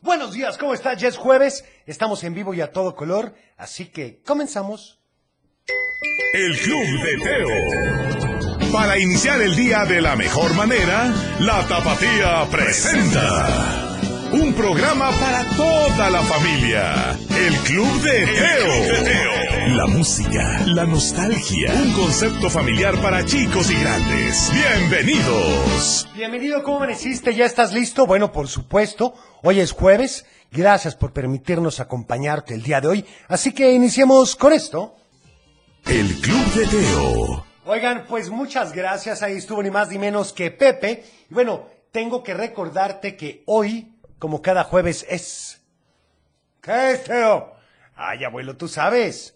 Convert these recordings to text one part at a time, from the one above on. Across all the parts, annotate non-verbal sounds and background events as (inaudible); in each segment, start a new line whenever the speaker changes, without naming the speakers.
Buenos días, ¿cómo está? Ya es jueves, estamos en vivo y a todo color, así que comenzamos.
El Club de Teo. Para iniciar el día de la mejor manera, la Tapatía presenta un programa para toda la familia. El Club de Teo. La música, la nostalgia, un concepto familiar para chicos y grandes. Bienvenidos.
Bienvenido, ¿cómo amaneciste? ¿Ya estás listo? Bueno, por supuesto, hoy es jueves, gracias por permitirnos acompañarte el día de hoy, así que iniciemos con esto.
El Club de Teo.
Oigan, pues muchas gracias, ahí estuvo ni más ni menos que Pepe. Y bueno, tengo que recordarte que hoy, como cada jueves, es... ¿Qué es, Teo? Ay, abuelo, tú sabes.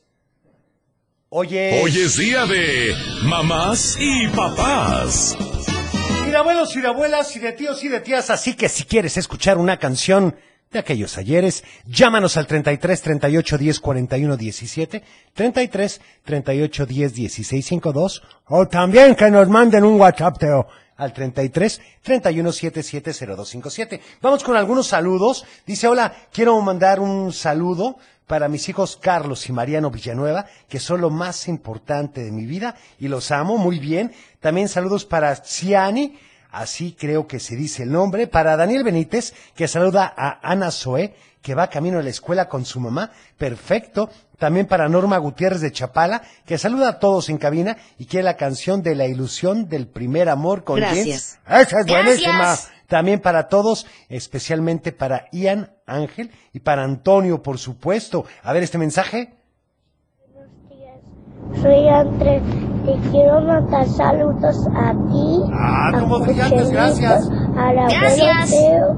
Oye...
Hoy es día de mamás y papás.
Y de abuelos y de abuelas y de tíos y de tías, así que si quieres escuchar una canción de aquellos ayeres, llámanos al 33 38 10 41 17, 33 38 10 16 52, o también que nos manden un WhatsApp, Teo, al 33 31 77 0257. Vamos con algunos saludos. Dice, hola, quiero mandar un saludo para mis hijos Carlos y Mariano Villanueva, que son lo más importante de mi vida y los amo muy bien. También saludos para Ciani, así creo que se dice el nombre, para Daniel Benítez, que saluda a Ana Zoé, que va camino a la escuela con su mamá, perfecto. También para Norma Gutiérrez de Chapala, que saluda a todos en cabina y quiere la canción de la ilusión del primer amor con
Gracias.
James. Esa es buenísima.
Gracias.
También para todos, especialmente para Ian Ángel y para Antonio, por supuesto. A ver este mensaje.
Soy Andrés, te quiero mandar saludos a ti.
Ah,
a
como
José
brillantes,
Luis,
gracias.
A la
Gracias.
Teo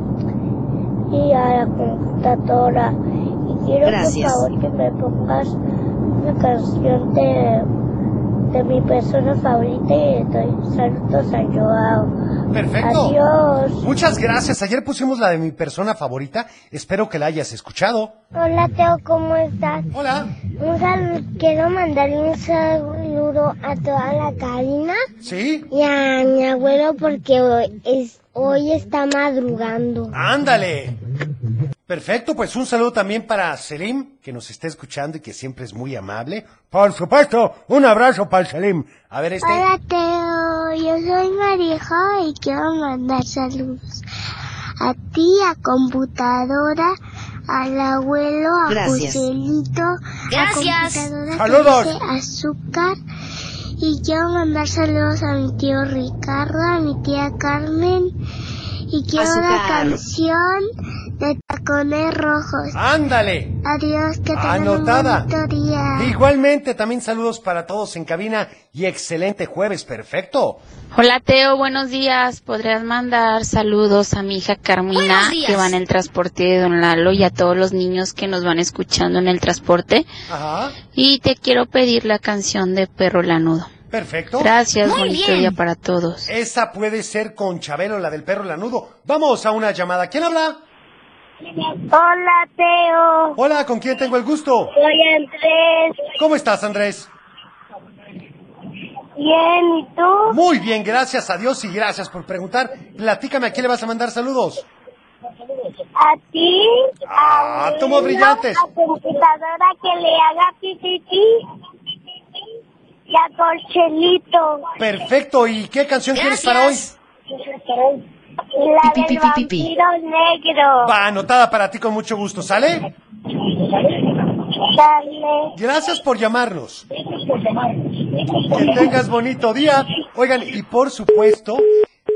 y a la computadora. Y quiero
Gracias.
por favor que me pongas una canción de, de mi persona favorita y le doy saludos a Joao.
Perfecto.
Adiós.
Muchas gracias. Ayer pusimos la de mi persona favorita. Espero que la hayas escuchado.
Hola Teo, ¿cómo estás?
Hola.
Un saludo, quiero mandarle un saludo a toda la cabina.
¿Sí?
Y a mi abuelo porque hoy, es, hoy está madrugando.
Ándale. Perfecto, pues un saludo también para Selim, que nos está escuchando y que siempre es muy amable. Por supuesto, un abrazo para el Selim. A ver este.
Hola Teo, yo soy Marijo y quiero mandar saludos a ti, a computadora, al abuelo, a
Gracias.
Joselito,
Gracias.
a computadora
Saludos.
que dice azúcar y quiero mandar saludos a mi tío Ricardo, a mi tía Carmen y quiero una
Azúcar.
canción de tacones rojos.
Ándale.
Adiós, que tengan un
Anotada.
bonito día.
Igualmente, también saludos para todos en cabina y excelente jueves, perfecto.
Hola Teo, buenos días. ¿Podrías mandar saludos a mi hija Carmina
Buenos días.
que va en el transporte de Don Lalo y a todos los niños que nos van escuchando en el transporte?
Ajá,
Y te quiero pedir la canción de Perro Lanudo.
perfecto.
Gracias,
Muy
bonito
bien.
día para todos.
Esa puede ser con Chabelo, la del perro lanudo. Vamos a una llamada. ¿Quién habla?
Hola, Teo.
Hola, ¿con quién tengo el gusto?
Soy Andrés.
¿Cómo estás, Andrés?
Bien, ¿y tú?
Muy bien, gracias a Dios y gracias por preguntar. Platícame, ¿a quién le vas a mandar saludos?
A ti.
Ah,
a
tomo
mi
brillantes.
A computadora que le haga pipipi. Y a Corchelito.
Perfecto, ¿y qué canción quieres para hoy?
Y la
Pi, pi,
del
pi, pi, pi.
vampiro negro.
Va, anotada para ti con mucho gusto, ¿sale?
Dale.
Gracias por llamarnos. Que tengas bonito día. Oigan, y por supuesto,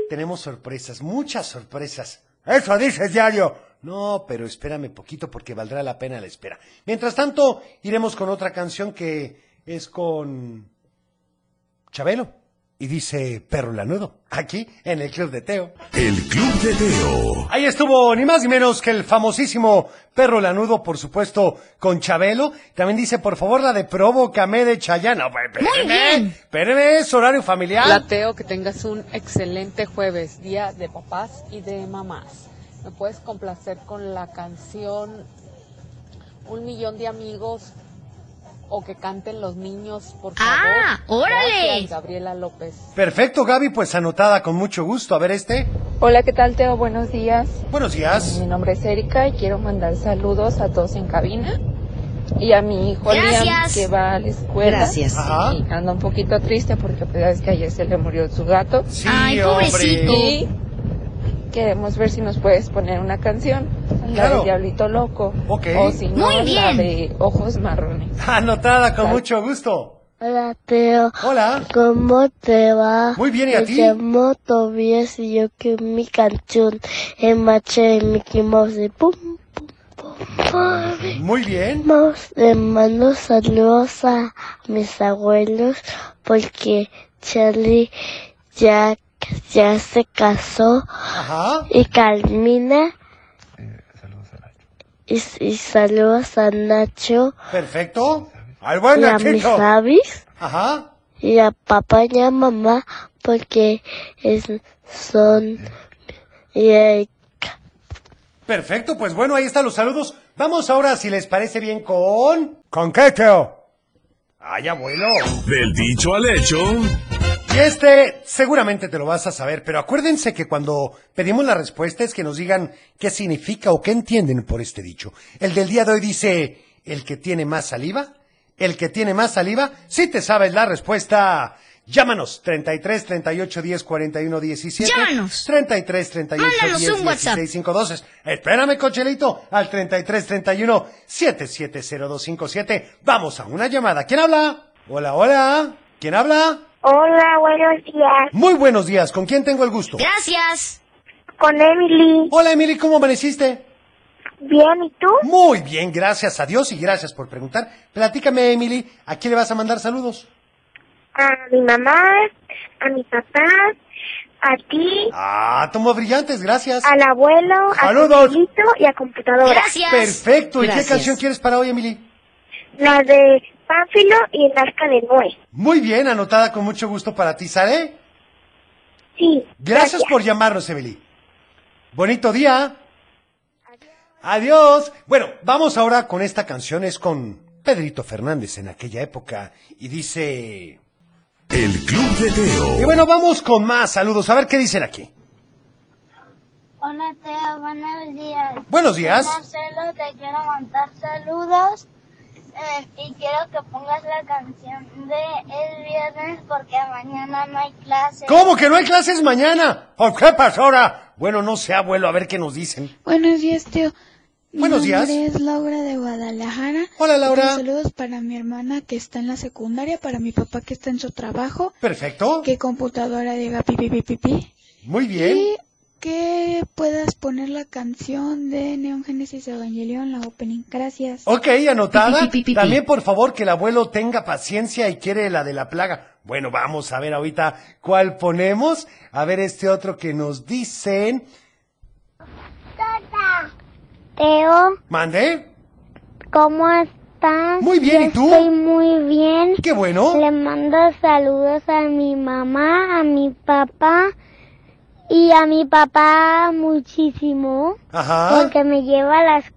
tenemos sorpresas, muchas sorpresas. Eso dices diario. No, pero espérame poquito porque valdrá la pena la espera. Mientras tanto, iremos con otra canción que es con Chabelo y dice Perro Lanudo, aquí en el Club de Teo.
El Club de Teo.
Ahí estuvo ni más ni menos que el famosísimo Perro Lanudo, por supuesto, con Chabelo. También dice, por favor, la de Provócame de Chayana. Muy bien. Espérame, es horario familiar.
Plateo, que tengas un excelente jueves, día de papás y de mamás. Me puedes complacer con la canción Un millón de amigos o que canten los niños, por favor.
Ah, órale.
Gracias, Gabriela López.
Perfecto, Gaby, pues anotada con mucho gusto. A ver este.
Hola, ¿qué tal, Teo? Buenos días.
Buenos días.
Mi nombre es Erika y quiero mandar saludos a todos en cabina y a mi hijo Liam,
Gracias.
que va a la escuela.
Gracias.
Ajá.
Y anda un poquito triste porque pues, sabes que ayer se le murió su gato.
Sí,
Ay,
hombre.
pobrecito.
Y queremos ver si nos puedes poner una canción, la
Claro.
de Diablito Loco.
Ok.
O si no,
Muy bien.
la de Ojos Marrones.
Anotada con mucho gusto.
Hola, Teo.
Hola.
¿Cómo te va?
Muy bien, ¿y a
Me
ti?
llamo Tobias y yo que mi canción en macho de Mickey Mouse de pum, pum, pum, pum.
Muy bien.
Mouse, le mando saludos a mis abuelos porque Charlie ya, ya se casó
Ajá.
y Carmina. Y, y saludos a Nacho
Perfecto. Al
y a
bueno,
mis
chico.
avis.
Ajá.
y a papá y a mamá porque es, son y eh,
Perfecto, pues bueno, ahí están los saludos. Vamos ahora, si les parece bien, con... ¿Con qué, Teo? Ay, abuelo.
Del dicho al hecho,
Y este seguramente te lo vas a saber, pero acuérdense que cuando pedimos la respuesta es que nos digan qué significa o qué entienden por este dicho. El del día de hoy dice, el que tiene más saliva, el que tiene más saliva, si te sabes la respuesta, llámanos 33 38 10 41 17.
Llámanos.
33 38
Mándanos
10
un WhatsApp.
16 512. Espérame, cochelito, al 33 31 770257. Vamos a una llamada. ¿Quién habla? Hola, hola. ¿Quién habla?
Hola, buenos días.
Muy buenos días, ¿con quién tengo el gusto?
Gracias.
Con Emily.
Hola Emily, ¿cómo amaneciste?
Bien, ¿y tú?
Muy bien, gracias a Dios y gracias por preguntar. Platícame Emily, ¿a quién le vas a mandar saludos?
A mi mamá, a mi papá, a ti,
Ah, tomo brillantes, gracias.
al abuelo, a tu
Saludos.
abuelito y a computadora.
Gracias.
Perfecto, ¿y qué
Gracias.
canción quieres para hoy Emily?
La de Pánfilo y el arca de Noé.
Muy bien, anotada con mucho gusto para ti, ¿sale?
Sí.
Gracias por llamarnos Emily. Bonito día. Adiós. Bueno, vamos ahora con esta canción, es con Pedrito Fernández en aquella época y dice...
el Club de
Y
Teo.
bueno, vamos con más saludos, a ver qué dicen aquí.
Hola, Teo, buenos días.
Buenos días.
Marcelo, te quiero mandar saludos eh, y quiero que pongas la canción de El Viernes porque mañana no hay clase.
¿Cómo que no hay clases mañana? ¿Por qué pasó ahora? Bueno, no sé, abuelo, a ver qué nos dicen.
Buenos días, Teo. Mi
Buenos
nombre
días.
es Laura de Guadalajara.
Hola, Laura.
Mis Saludos para mi hermana que está en la secundaria, para mi papá que está en su trabajo,
Perfecto.
que computadora diga pi pi pi pi pi,
Muy bien.
y que puedas poner la canción de Neon Genesis Evangelion, la opening. Gracias.
Ok, anotada.
Pi, pi, pi, pi, pi.
También, por favor, que el abuelo tenga paciencia y quiere la de la plaga. Bueno, vamos a ver ahorita cuál ponemos. A ver este otro que nos dicen.
Teo,
Mande.
¿cómo estás?
Muy bien, ¿y tú?
Estoy muy bien.
Qué bueno.
Le mando saludos a mi mamá, a mi papá y a mi papá muchísimo.
Ajá.
Porque me lleva a la escuela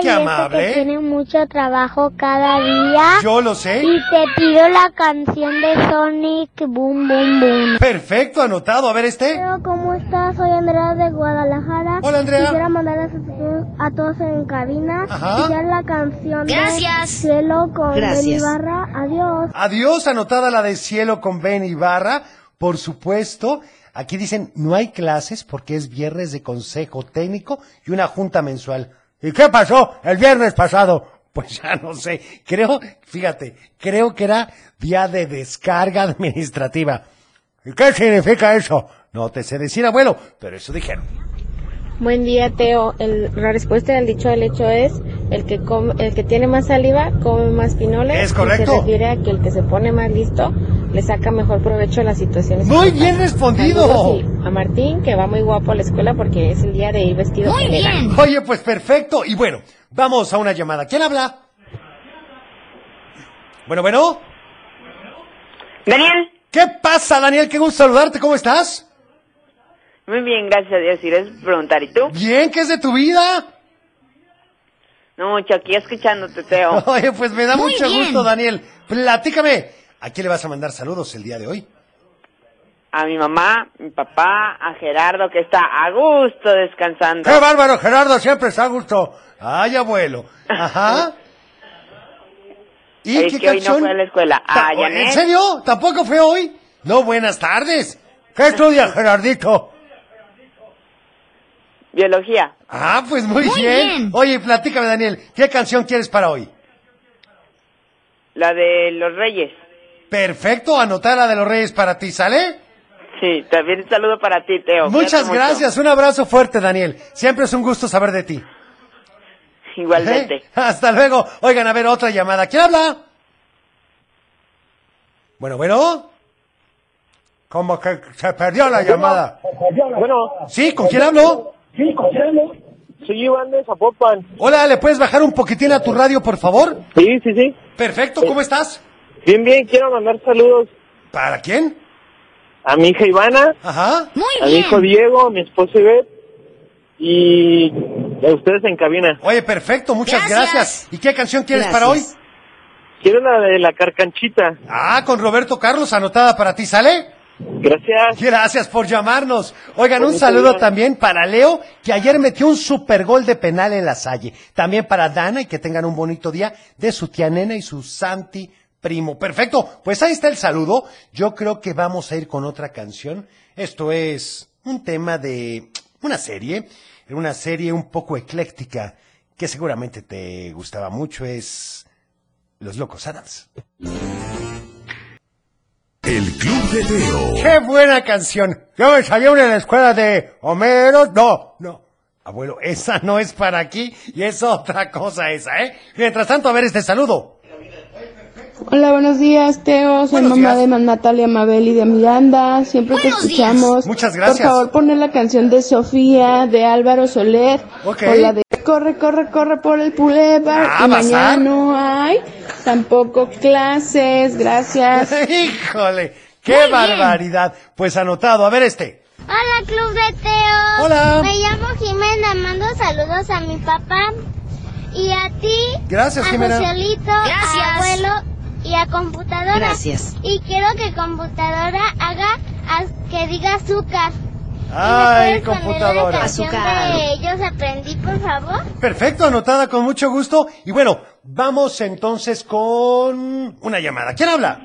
Ah.
y
Qué
eso
amable.
que tiene mucho trabajo cada día.
Yo eh. lo sé.
Y te pido la canción de Sonic Boom Boom Boom.
Perfecto, anotado. A ver este.
Hola, ¿cómo estás? Soy Andrea de Guadalajara.
Hola, Andrea.
Quisiera mandar a todos- a todos en cabina.
Ajá.
Y ya la canción de
Gracias.
Cielo con
Gracias.
Beli Barra. Adiós.
Adiós, anotada la de cielo con Ben Ibarra, por supuesto. Aquí dicen, no hay clases porque es viernes de consejo técnico y una junta mensual. ¿Y qué pasó el viernes pasado? (laughs) Pues ya no sé. Creo, fíjate, creo que era día de descarga (laughs) administrativa. ¿Y qué significa eso? No te sé decir, abuelo, pero eso dijeron.
Buen día, Teo. El- la respuesta del dicho al hecho es el que come- el que tiene más saliva come más pinoles.
Es
y
correcto.
se refiere a que el que se pone más listo le saca mejor provecho a las situaciones.
Muy bien respondido.
Saludos y A Martín, que va muy guapo a la escuela porque es el día de ir vestido
Muy
elegante.
bien.
Oye, pues perfecto. Y bueno, vamos a una llamada. ¿Quién habla? Bueno, bueno.
Daniel,
¿Qué pasa, Daniel? Qué gusto saludarte. ¿Cómo estás?
muy bien, gracias a Dios. Iré a preguntar, ¿y tú?
Bien, ¿qué es de tu vida?
No, mucho aquí escuchándote, Teo.
Oye, pues me da
Muy
mucho
bien.
gusto, Daniel. Platícame. ¿A quién le vas a mandar saludos el día de hoy?
a mi mamá, mi papá, a Gerardo que está a gusto descansando.
¡Qué bárbaro, Gerardo! Siempre está a gusto. ¡Ay, abuelo!
(laughs)
Ajá. ¿Y
Es
qué
que hoy no
canción?
fue a la escuela.
Ta-
Ah,
¿En
Janet.
serio? ¿Tampoco fue hoy? No, buenas tardes. ¿Qué estudia, Gerardito?
Biología.
Ah, pues muy,
Muy
bien.
bien.
Oye, platícame, Daniel, ¿qué canción quieres para hoy?
La de los Reyes.
Perfecto, anotar la de los Reyes para ti, ¿sale?
Sí, también un saludo para ti, Teo.
Muchas
Cuídate mucho.
gracias, un abrazo fuerte, Daniel. Siempre es un gusto saber de ti.
Igualmente.
¿Eh? Hasta luego. Oigan, a ver, otra llamada. ¿Quién habla? Bueno, bueno. Como que se perdió la llamada.
Bueno,
Sí, ¿con quién hablo?
sí, Soy Iván de Zapopan.
Hola, ¿le puedes bajar un poquitín a tu radio, por favor?
Sí, sí, sí.
Perfecto, ¿cómo estás?
Bien, bien, quiero mandar saludos
¿Para quién?
a mi hija Ivana,
Ajá.
Muy
a mi hijo
bien.
Diego, a mi esposo Ivette y a ustedes en cabina.
Oye, perfecto, muchas gracias.
Gracias.
¿Y qué canción quieres para hoy?
Gracias.
Quiero la de la carcanchita.
Ah, con Roberto Carlos, anotada para ti, ¿sale? (laughs)
Gracias.
Gracias por llamarnos. Oigan, un
Bonito
saludo
día.
también para Leo, que ayer metió un super gol de penal en la salle. También para Dana y que tengan un bonito día de su tía Nena y su Santi primo. Perfecto, pues ahí está el saludo. Yo creo que vamos a ir con otra canción. Esto es un tema de una serie, una serie un poco ecléctica que seguramente te gustaba mucho. Es Los Locos Adams.
El Club de Teo.
¡Qué buena canción! Yo me sabía una en la escuela de Homero. No, no. Abuelo, esa no es para aquí y es otra cosa esa, ¿eh? Mientras tanto, a ver este saludo.
Hola, buenos días, Teo. Soy
Buenos
mamá
días.
de Ma- Natalia Mabel y de Miranda. Siempre te
Buenos días.
escuchamos.
Muchas gracias.
Por favor, poner la canción de Sofía, de Álvaro Soler.
Ok.
O la de Corre, corre, corre por el Pulevar.
Ah, bazar.
y mañana no hay tampoco clases. Gracias.
(laughs) ¡Híjole!
Muy
¡Qué
bien.
barbaridad! Pues anotado, a ver este.
Hola, Club de Teo.
Hola.
Me llamo Jimena. Mando saludos a mi papá y a ti.
Ah,
Gracias,
pues
a
Jimena.
Joselito,
Gracias.
a abuelo y a computadora.
Gracias.
Y quiero que computadora haga a- que diga azúcar.
¡Ay,
¿Y me puedes poner la
computadora!
canción
Azúcar.
de ellos aprendí, por favor.
Perfecto, anotada con mucho gusto. Y bueno, vamos entonces con una llamada. ¿Quién habla?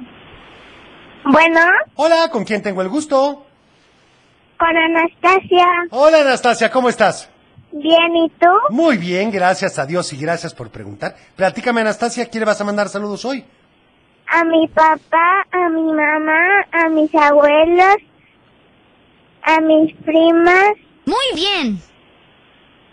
Bueno,
Hola, ¿con quién tengo el gusto?
con Anastasia.
Hola, Anastasia, ¿cómo estás?
Bien, ¿y tú?
Muy bien, gracias a Dios y gracias por preguntar. Platícame, Anastasia, ¿quién le vas a mandar saludos hoy?
A mi papá, a mi mamá, a mis abuelos, a mis primas
Muy bien.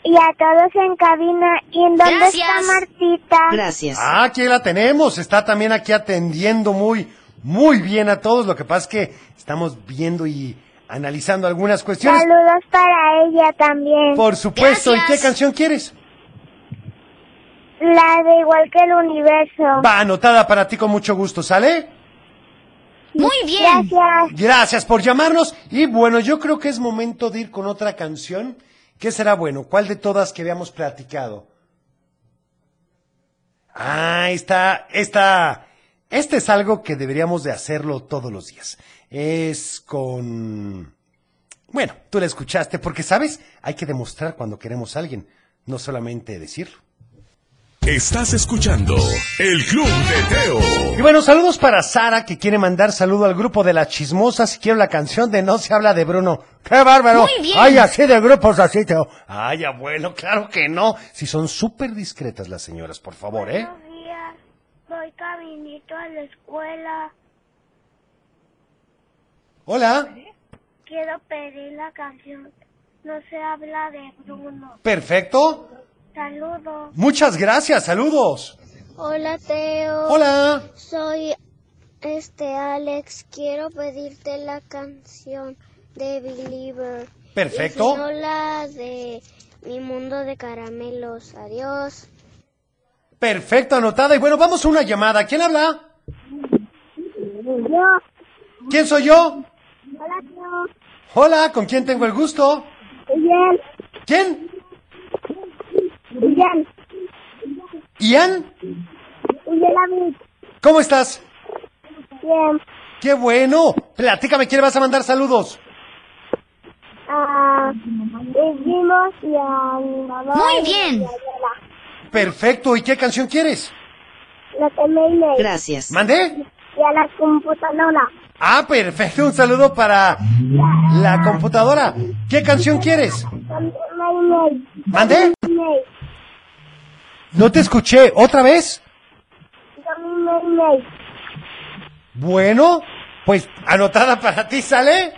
y a todos en cabina. ¿Y en dónde
Gracias.
está Martita?
Gracias.
Ah, aquí la tenemos. Está también aquí atendiendo muy, muy bien a todos. Lo que pasa es que estamos viendo y analizando algunas cuestiones.
Saludos para ella también.
Por supuesto. ¿Y
Gracias.
qué canción quieres?
La de igual que el universo.
Va anotada para ti con mucho gusto, ¿sale?
Muy bien.
Gracias.
Gracias por llamarnos. Y bueno, yo creo que es momento de ir con otra canción. ¿Qué será bueno? ¿Cuál de todas que habíamos platicado? Ah, esta, esta, este es algo que deberíamos de hacerlo todos los días. Es con... Bueno, tú la escuchaste porque, ¿sabes? Hay que demostrar cuando queremos a alguien, no solamente decirlo.
Estás escuchando El Club de
Y
Teo.
bueno, saludos para Sara, que quiere mandar saludo al grupo de las chismosas. y Quiero la canción de No se habla de Bruno. ¡Qué bárbaro!
Muy bien.
¡Ay, así de grupos así! Te... ¡Ay, abuelo, claro que no! Si son súper discretas las señoras, por favor, ¿eh?
días. Voy caminito a la escuela.
Hola.
Quiero pedir la canción. No se habla de Bruno.
Perfecto.
Saludos.
Muchas gracias, saludos.
Hola, Teo.
Hola.
Soy este Alex. Quiero pedirte la canción de Believer.
Perfecto.
Y si no, la de Mi Mundo de Caramelos. Adiós.
Perfecto, anotada. Y bueno, vamos a una llamada. ¿Quién habla? ¿Quién soy yo?
Hola, Teo.
Hola, ¿con quién tengo el gusto?
Bien,
¿Quién?
bien.
¿Ian?
Y yo la vi.
¿Cómo estás?
Bien.
¡Qué bueno! Platícame, ¿quién le vas a mandar saludos?
A mis primos Ah, y a mi mamá.
Muy
y
bien.
a mi abuela.
Perfecto, ¿y qué canción quieres?
La que me hice.
Gracias.
¿Mandé?
Y a la computadora.
Ah, perfecto, un saludo para la computadora. ¿Qué canción quieres?
También
¿Mandé?
me hice.
No te escuché, ¿otra vez?
También me hice.
Bueno, pues anotada para ti, ¿sale?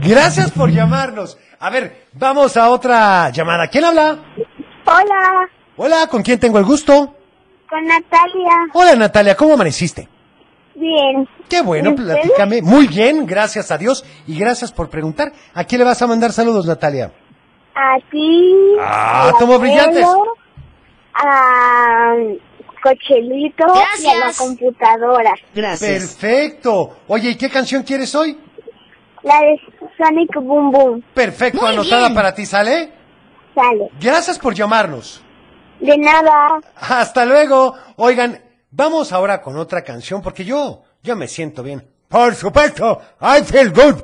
Gracias por llamarnos. A ver, vamos a otra llamada. ¿Quién habla?
Hola,
Hola, ¿con quién tengo el gusto?
con Natalia.
Hola Natalia, ¿cómo amaneciste?
Bien.
Qué bueno, platícame. Muy bien, gracias a Dios y gracias por preguntar. ¿A quién le vas a mandar saludos, Natalia?
A ti.
Ah,
al
tomo
abuelo,
brillantes.
A Cochelito y a la
Gracias.
computadora.
Gracias.
Perfecto. Oye, ¿y qué canción quieres hoy?
La de Sonic Boom Boom.
Perfecto,
Muy
anotada
bien.
para ti, ¿sale?
Sale.
Gracias por llamarnos.
De nada.
Hasta luego. Oigan, vamos ahora con otra canción porque yo, yo me siento bien. Por supuesto, I feel good.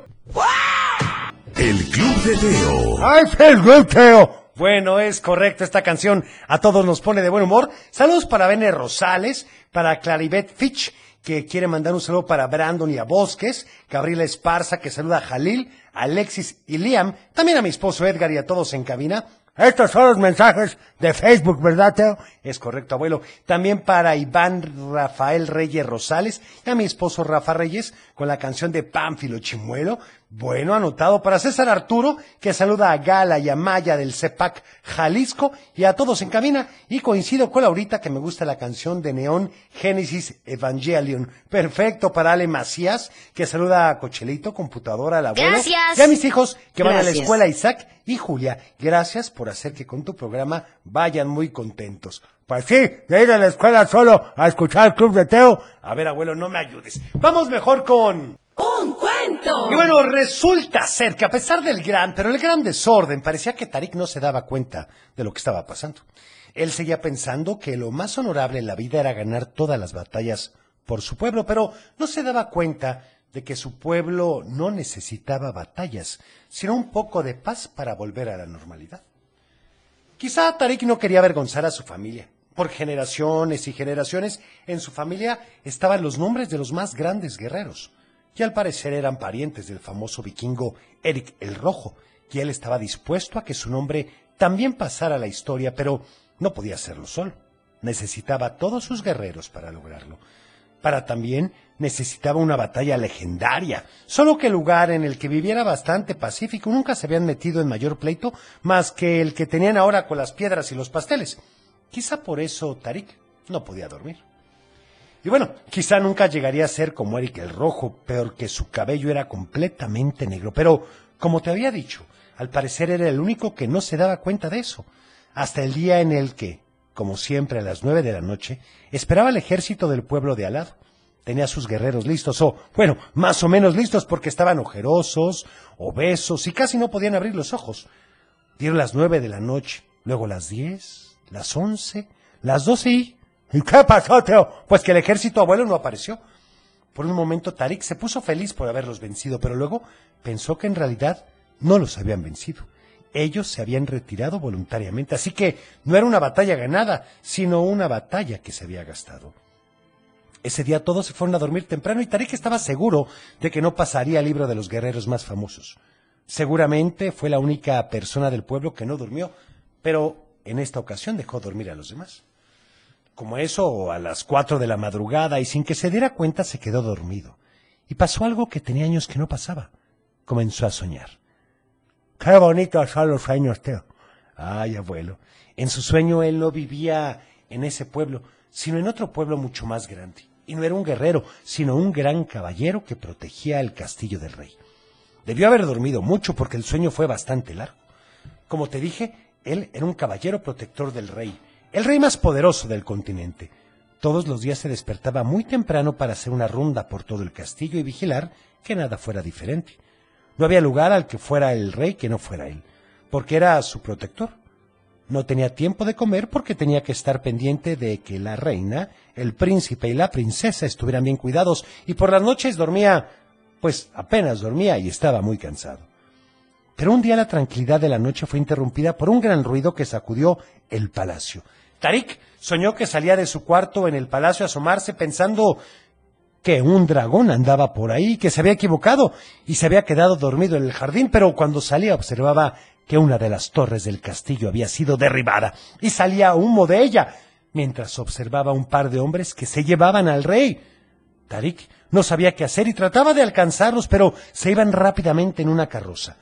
El Club de Teo.
I feel good, Teo. Bueno, es correcto esta canción. A todos nos pone de buen humor. Saludos para Bene Rosales, para Claribet Fitch, que quiere mandar un saludo para Brandon y a Bosques, Gabriela Esparza, que saluda a Jalil, Alexis y Liam, también a mi esposo Edgar y a todos en cabina. Estos son los mensajes de Facebook, ¿verdad, Teo? Es correcto, abuelo. También para Iván Rafael Reyes Rosales y a mi esposo Rafa Reyes con la canción de Pánfilo Chimuelo. Bueno, anotado para César Arturo, que saluda a Gala y a Maya del CEPAC Jalisco y a todos en cabina. Y coincido con Laurita que me gusta la canción de Neón Génesis Evangelion. Perfecto para Ale Macías, que saluda a Cochelito, computadora, al abuelo.
Gracias.
Y a mis hijos que van a la
Gracias.
escuela Isaac y Julia, gracias por hacer que con tu programa vayan muy contentos. Pues sí, de ir a la escuela solo a escuchar Club de Teo. A ver, abuelo, no me ayudes. Vamos mejor con... Y bueno, resulta ser que a pesar del gran, pero el gran desorden, parecía que Tarik no se daba cuenta de lo que estaba pasando. Él seguía pensando que lo más honorable en la vida era ganar todas las batallas por su pueblo, pero no se daba cuenta de que su pueblo no necesitaba batallas, sino un poco de paz para volver a la normalidad. Quizá Tarik no quería avergonzar a su familia. Por generaciones y generaciones, en su familia estaban los nombres de los más grandes guerreros, que al parecer eran parientes del famoso vikingo Eric el Rojo, y él estaba dispuesto a que su nombre también pasara a la historia, pero no podía hacerlo solo. Necesitaba a todos sus guerreros para lograrlo para también necesitaba una batalla legendaria, solo que el lugar en el que viviera bastante pacífico nunca se habían metido en mayor pleito más que el que tenían ahora con las piedras y los pasteles. Quizá por eso Tarik no podía dormir. Y bueno, quizá nunca llegaría a ser como Eric el Rojo, peor que su cabello era completamente negro, pero como te había dicho, al parecer era el único que no se daba cuenta de eso, hasta el día en el que, como siempre a las nueve de la noche, esperaba el ejército del pueblo de Alado. Tenía a sus guerreros listos, o bueno, más o menos listos porque estaban ojerosos, obesos y casi no podían abrir los ojos. Dieron las nueve de la noche, luego las diez, las once, las doce y... ¿Y qué pasó, Teo? Pues que el ejército abuelo no apareció. Por un momento Tarik se puso feliz por haberlos vencido, pero luego pensó que en realidad no los habían vencido. Ellos se habían retirado voluntariamente, así que no era una batalla ganada, sino una batalla que se había gastado. Ese día todos se fueron a dormir temprano y Tarik estaba seguro de que no pasaría el libro de los guerreros más famosos. Seguramente fue la única persona del pueblo que no durmió, pero en esta ocasión dejó dormir a los demás. Como eso, a las cuatro de la madrugada y sin que se diera cuenta se quedó dormido. Y pasó algo que tenía años que no pasaba. Comenzó a soñar. Qué bonitos son los sueños, Teo. Ay, abuelo. En su sueño él no vivía en ese pueblo, sino en otro pueblo mucho más grande. Y no era un guerrero, sino un gran caballero que protegía el castillo del rey. Debió haber dormido mucho porque el sueño fue bastante largo. Como te dije, él era un caballero protector del rey, el rey más poderoso del continente. Todos los días se despertaba muy temprano para hacer una ronda por todo el castillo y vigilar que nada fuera diferente. No había lugar al que fuera el rey que no fuera él, porque era su protector. No tenía tiempo de comer porque tenía que estar pendiente de que la reina, el príncipe y la princesa estuvieran bien cuidados y por las noches dormía, pues apenas dormía y estaba muy cansado. Pero un día la tranquilidad de la noche fue interrumpida por un gran ruido que sacudió el palacio. Tarik soñó que salía de su cuarto en el palacio a asomarse pensando que un dragón andaba por ahí, que se había equivocado y se había quedado dormido en el jardín, pero cuando salía observaba que una de las torres del castillo había sido derribada y salía humo de ella, mientras observaba un par de hombres que se llevaban al rey. Tarik no sabía qué hacer y trataba de alcanzarlos, pero se iban rápidamente en una carroza.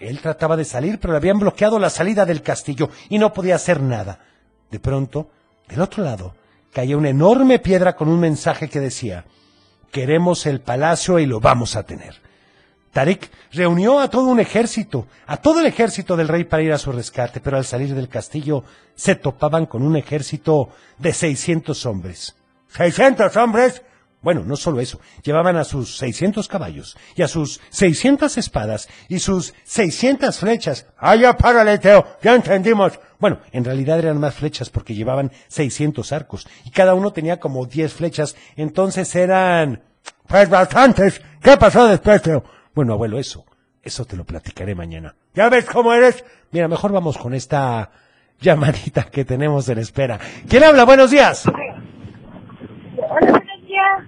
Él trataba de salir, pero le habían bloqueado la salida del castillo y no podía hacer nada. De pronto, del otro lado, caía una enorme piedra con un mensaje que decía queremos el palacio y lo vamos a tener. Tarik reunió a todo un ejército, a todo el ejército del rey para ir a su rescate, pero al salir del castillo se topaban con un ejército de 600 hombres. ¿600 hombres? Bueno, no solo eso, llevaban a sus 600 caballos y a sus 600 espadas y sus 600 flechas. ¡Ah, ya párale, Teo! ¡Ya entendimos! Bueno, en realidad eran más flechas porque llevaban 600 arcos y cada uno tenía como 10 flechas, entonces eran... Pues bastantes. ¿Qué pasó después, Teo? Bueno, abuelo, eso, eso te lo platicaré mañana. ¿Ya ves cómo eres? Mira, mejor vamos con esta llamadita que tenemos en espera. ¿Quién habla? Buenos días.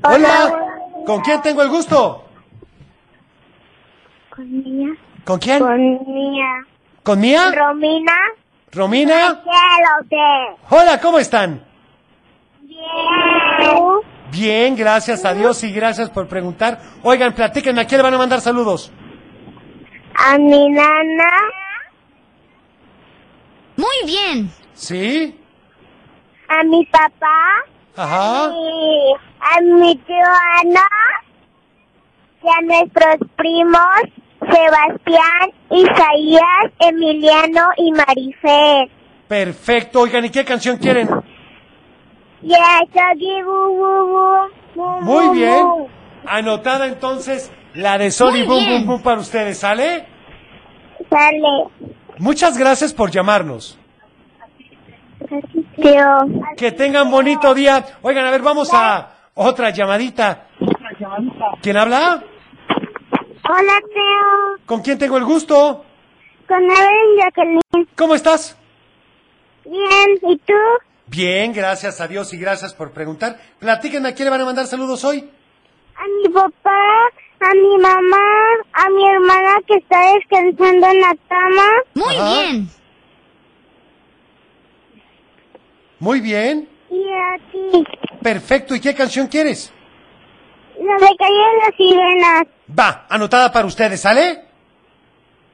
Hola. ¿Con quién tengo el gusto?
Con Mía.
¿Con quién?
Con Mía.
¿Con Mía?
Romina.
¿Romina?
Cielo de.
Hola, ¿cómo están?
Bien.
Bien, gracias a Dios y gracias por preguntar. Oigan, platíquenme, ¿a quién le van a mandar saludos?
A mi nana.
Muy bien.
¿Sí?
A mi papá.
Ajá.
Y a mi tío Ana. Y a nuestros primos. Sebastián, Isaías, Emiliano y Marifer.
Perfecto. Oigan, ¿y qué canción quieren?
Yes, Oggy, bu, bu, bu, bu, bu,
Oh,
Muy bien.
bu.
Anotada entonces la de Sol y
Muy
Boom Boom
bien.
Boom para ustedes, ¿sale?
Sale.
Muchas gracias por llamarnos.
Tío.
Que tengan bonito día. Oigan, a ver, vamos a otra llamadita. ¿Quién habla?
Hola, Teo.
¿Con quién tengo el gusto?
Con Evelyn Jacqueline.
¿Cómo estás?
Bien, ¿y tú?
Bien, gracias a Dios y gracias por preguntar. Platíquenme a quién le van a mandar saludos hoy.
A mi papá, a mi mamá, a mi hermana que está descansando en la cama.
Muy
Ajá.
bien.
Muy bien.
Y a ti.
Perfecto. ¿Y qué canción quieres?
No me cayeron las sirenas.
Va, anotada para ustedes, ¿sale?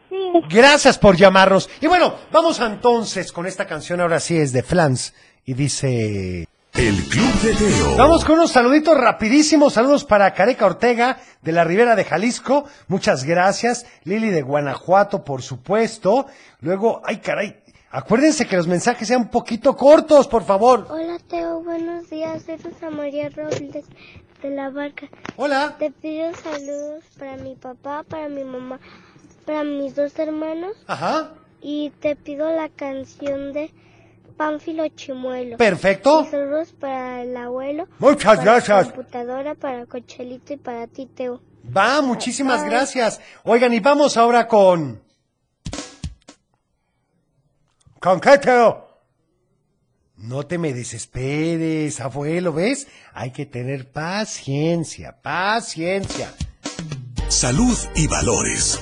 Sí.
Gracias por llamarnos. Y bueno, vamos entonces con esta canción. Ahora sí es de Flans. Y dice...
El Club de Teo.
Vamos con unos saluditos rapidísimos. Saludos para Careca Ortega de la Ribera de Jalisco. Muchas gracias. Lili de Guanajuato, por supuesto. Luego, ay caray. Acuérdense que los mensajes sean un poquito cortos, por favor.
Hola, Teo, buenos días. Soy Rosa María Robles de la Barca.
Hola.
Te pido saludos para mi papá, para mi mamá, para mis dos hermanos.
Ajá.
Y te pido la canción de Pánfilo Chimuelo.
Perfecto.
Y saludos para el abuelo.
Muchas
para
gracias.
La computadora, para Cochelito y para ti, Teo.
Va, muchísimas
Bye.
gracias. Oigan, y vamos ahora con... ¿Con qué, Teo? No te me desesperes, abuelo, ¿ves? Hay que tener paciencia, paciencia.
Salud y valores.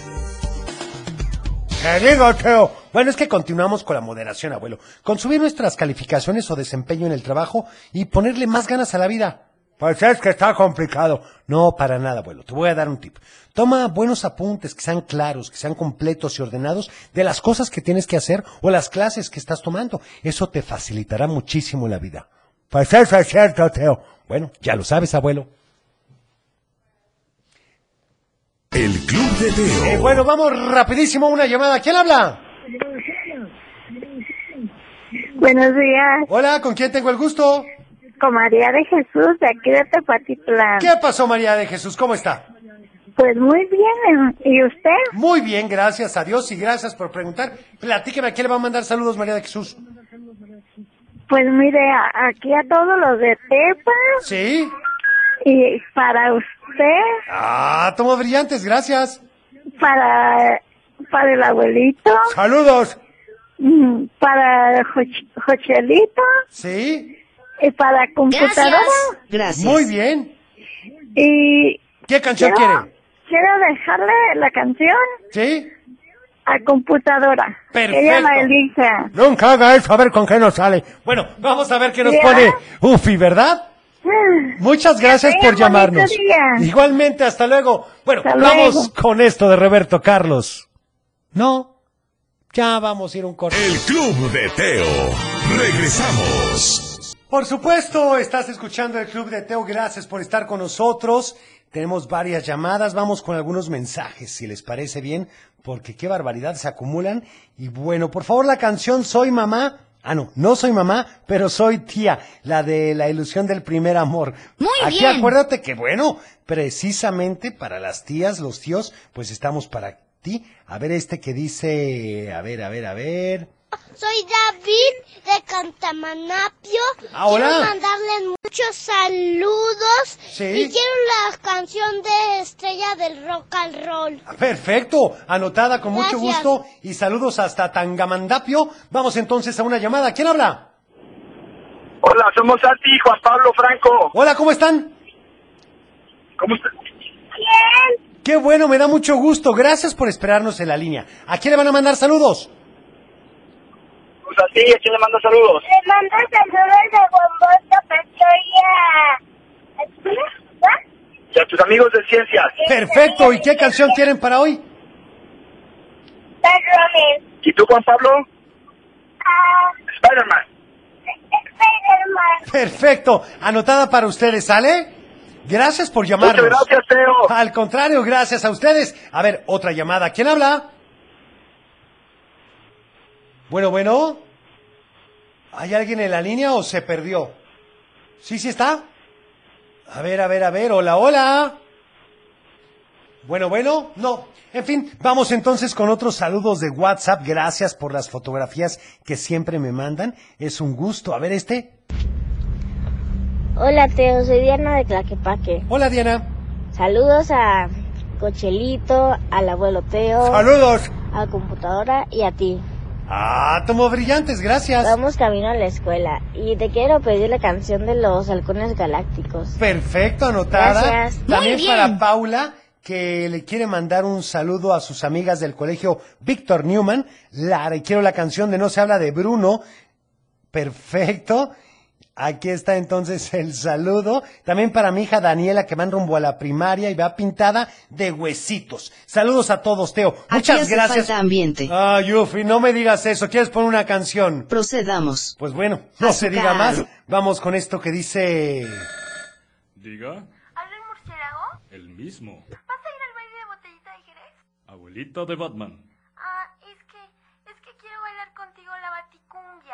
Te digo, Teo. Bueno, es que continuamos con la moderación, abuelo. Con subir nuestras calificaciones o desempeño en el trabajo y ponerle más ganas a la vida. Pues es que está complicado. No, para nada, abuelo. Te voy a dar un tip. Toma buenos apuntes que sean claros, que sean completos y ordenados de las cosas que tienes que hacer o las clases que estás tomando. Eso te facilitará muchísimo la vida. Pues eso es cierto, Teo. Bueno, ya lo sabes, abuelo.
El Club de Teo.
Eh, bueno, vamos rapidísimo a una llamada. ¿Quién habla?
Buenos días,
Hola, ¿con quién tengo el gusto?
con María de Jesús, de aquí de Tepatitlán.
¿Qué pasó, María de Jesús? ¿Cómo está?
Pues muy bien, ¿y usted?
Muy bien, gracias a Dios y gracias por preguntar. Platíqueme, ¿a quién le va a mandar saludos María de Jesús?
Pues mire, a- aquí a todos los de Tepa.
Sí.
Y para usted,
Ah, tomo brillantes, gracias.
para, para el abuelito,
Saludos.
mm, para Joch- Jochelito
Sí.
y para computadora.
Gracias. Muy bien.
Y
¿Qué canción
quiero-
quiere?
Quiero dejarle la canción
¿Sí?
a computadora.
Perfecto.
Ella la elige.
Nunca haga eso, a ver con qué nos sale. Bueno, vamos a ver qué nos
¿Ya?
pone Ufi, ¿verdad? Muchas gracias por
tengan bonito
llamarnos.
día.
Igualmente, hasta luego. Bueno,
Hasta
vamos
luego.
con esto de Roberto Carlos. No, ya vamos a ir a un corte.
El Club de Teo. Regresamos.
Por supuesto, estás escuchando el Club de Teo. Gracias por estar con nosotros. Tenemos varias llamadas, vamos con algunos mensajes, si les parece bien, porque qué barbaridad se acumulan. Y bueno, por favor, la canción Soy Mamá. Ah, no, no soy mamá, pero soy tía, la de la ilusión del primer amor.
Muy
Aquí
bien.
acuérdate que, bueno, precisamente para las tías, los tíos, pues estamos para ti. A ver este que dice, a ver, a ver, a ver.
Soy David de Cantamanapio.
Ah, hola.
Quiero mandarles muchos saludos.
Sí.
Y quiero la canción de Estrella del Rock and Roll.
Perfecto, anotada con mucho
Gracias.
gusto y saludos hasta Tangamandapio. Vamos entonces a una llamada. ¿Quién habla?
Hola, somos Santi y Juan Pablo Franco.
Hola, ¿cómo están?
¿Cómo están?
Qué bueno, me da mucho gusto. Gracias por esperarnos en la línea. ¿A quién le van a mandar saludos?
Pues a ti, ¿a quién le mando saludos?
Le mando saludos de Bombosa ah, Pastoria.
Y a tus amigos de ciencias.
Perfecto, ¿y qué canción quieren para hoy?
Spider-Man.
¿Y tú, Juan Pablo? Spider-Man.
Spider-Man.
Perfecto, anotada para ustedes, ¿sale? Gracias por llamarnos.
Muchas gracias, Teo.
Al contrario, gracias a ustedes. A ver, otra llamada. ¿Quién habla? Bueno, bueno. ¿Hay alguien en la línea o se perdió? ¿Sí, sí está? A ver, a ver, a ver. Hola, hola. Bueno, bueno, no. En fin, vamos entonces con otros saludos de WhatsApp. Gracias por las fotografías que siempre me mandan. Es un gusto. A ver este.
Hola Teo, soy Diana de Tlaquepaque.
Hola Diana.
Saludos a Cochelito, al abuelo Teo,
Saludos.
a computadora y a ti.
Ah, tomo brillantes, gracias.
Vamos camino a la escuela y te quiero pedir la canción de los halcones galácticos.
Perfecto, anotada.
Gracias. Muy
También
bien.
para Paula, que le quiere mandar un saludo a sus amigas del colegio Víctor Newman. La, quiero la canción de No se habla de Bruno. Perfecto. Aquí está entonces el saludo. También para mi hija Daniela, que van rumbo a la primaria y va pintada de huesitos. Saludos a todos, Teo. Muchas
hace
gracias.
falta ambiente.
Ah, Yuffie, no me digas eso. ¿Quieres poner una canción?
Procedamos.
Pues bueno, no se
Azúcar.
diga más. Vamos con esto que dice.
Diga,
¿Habla el murciélago?
el mismo.
¿Vas a ir al baile de botellita de Jerez?
Abuelita de Batman.
Ah, es que, es que quiero bailar contigo la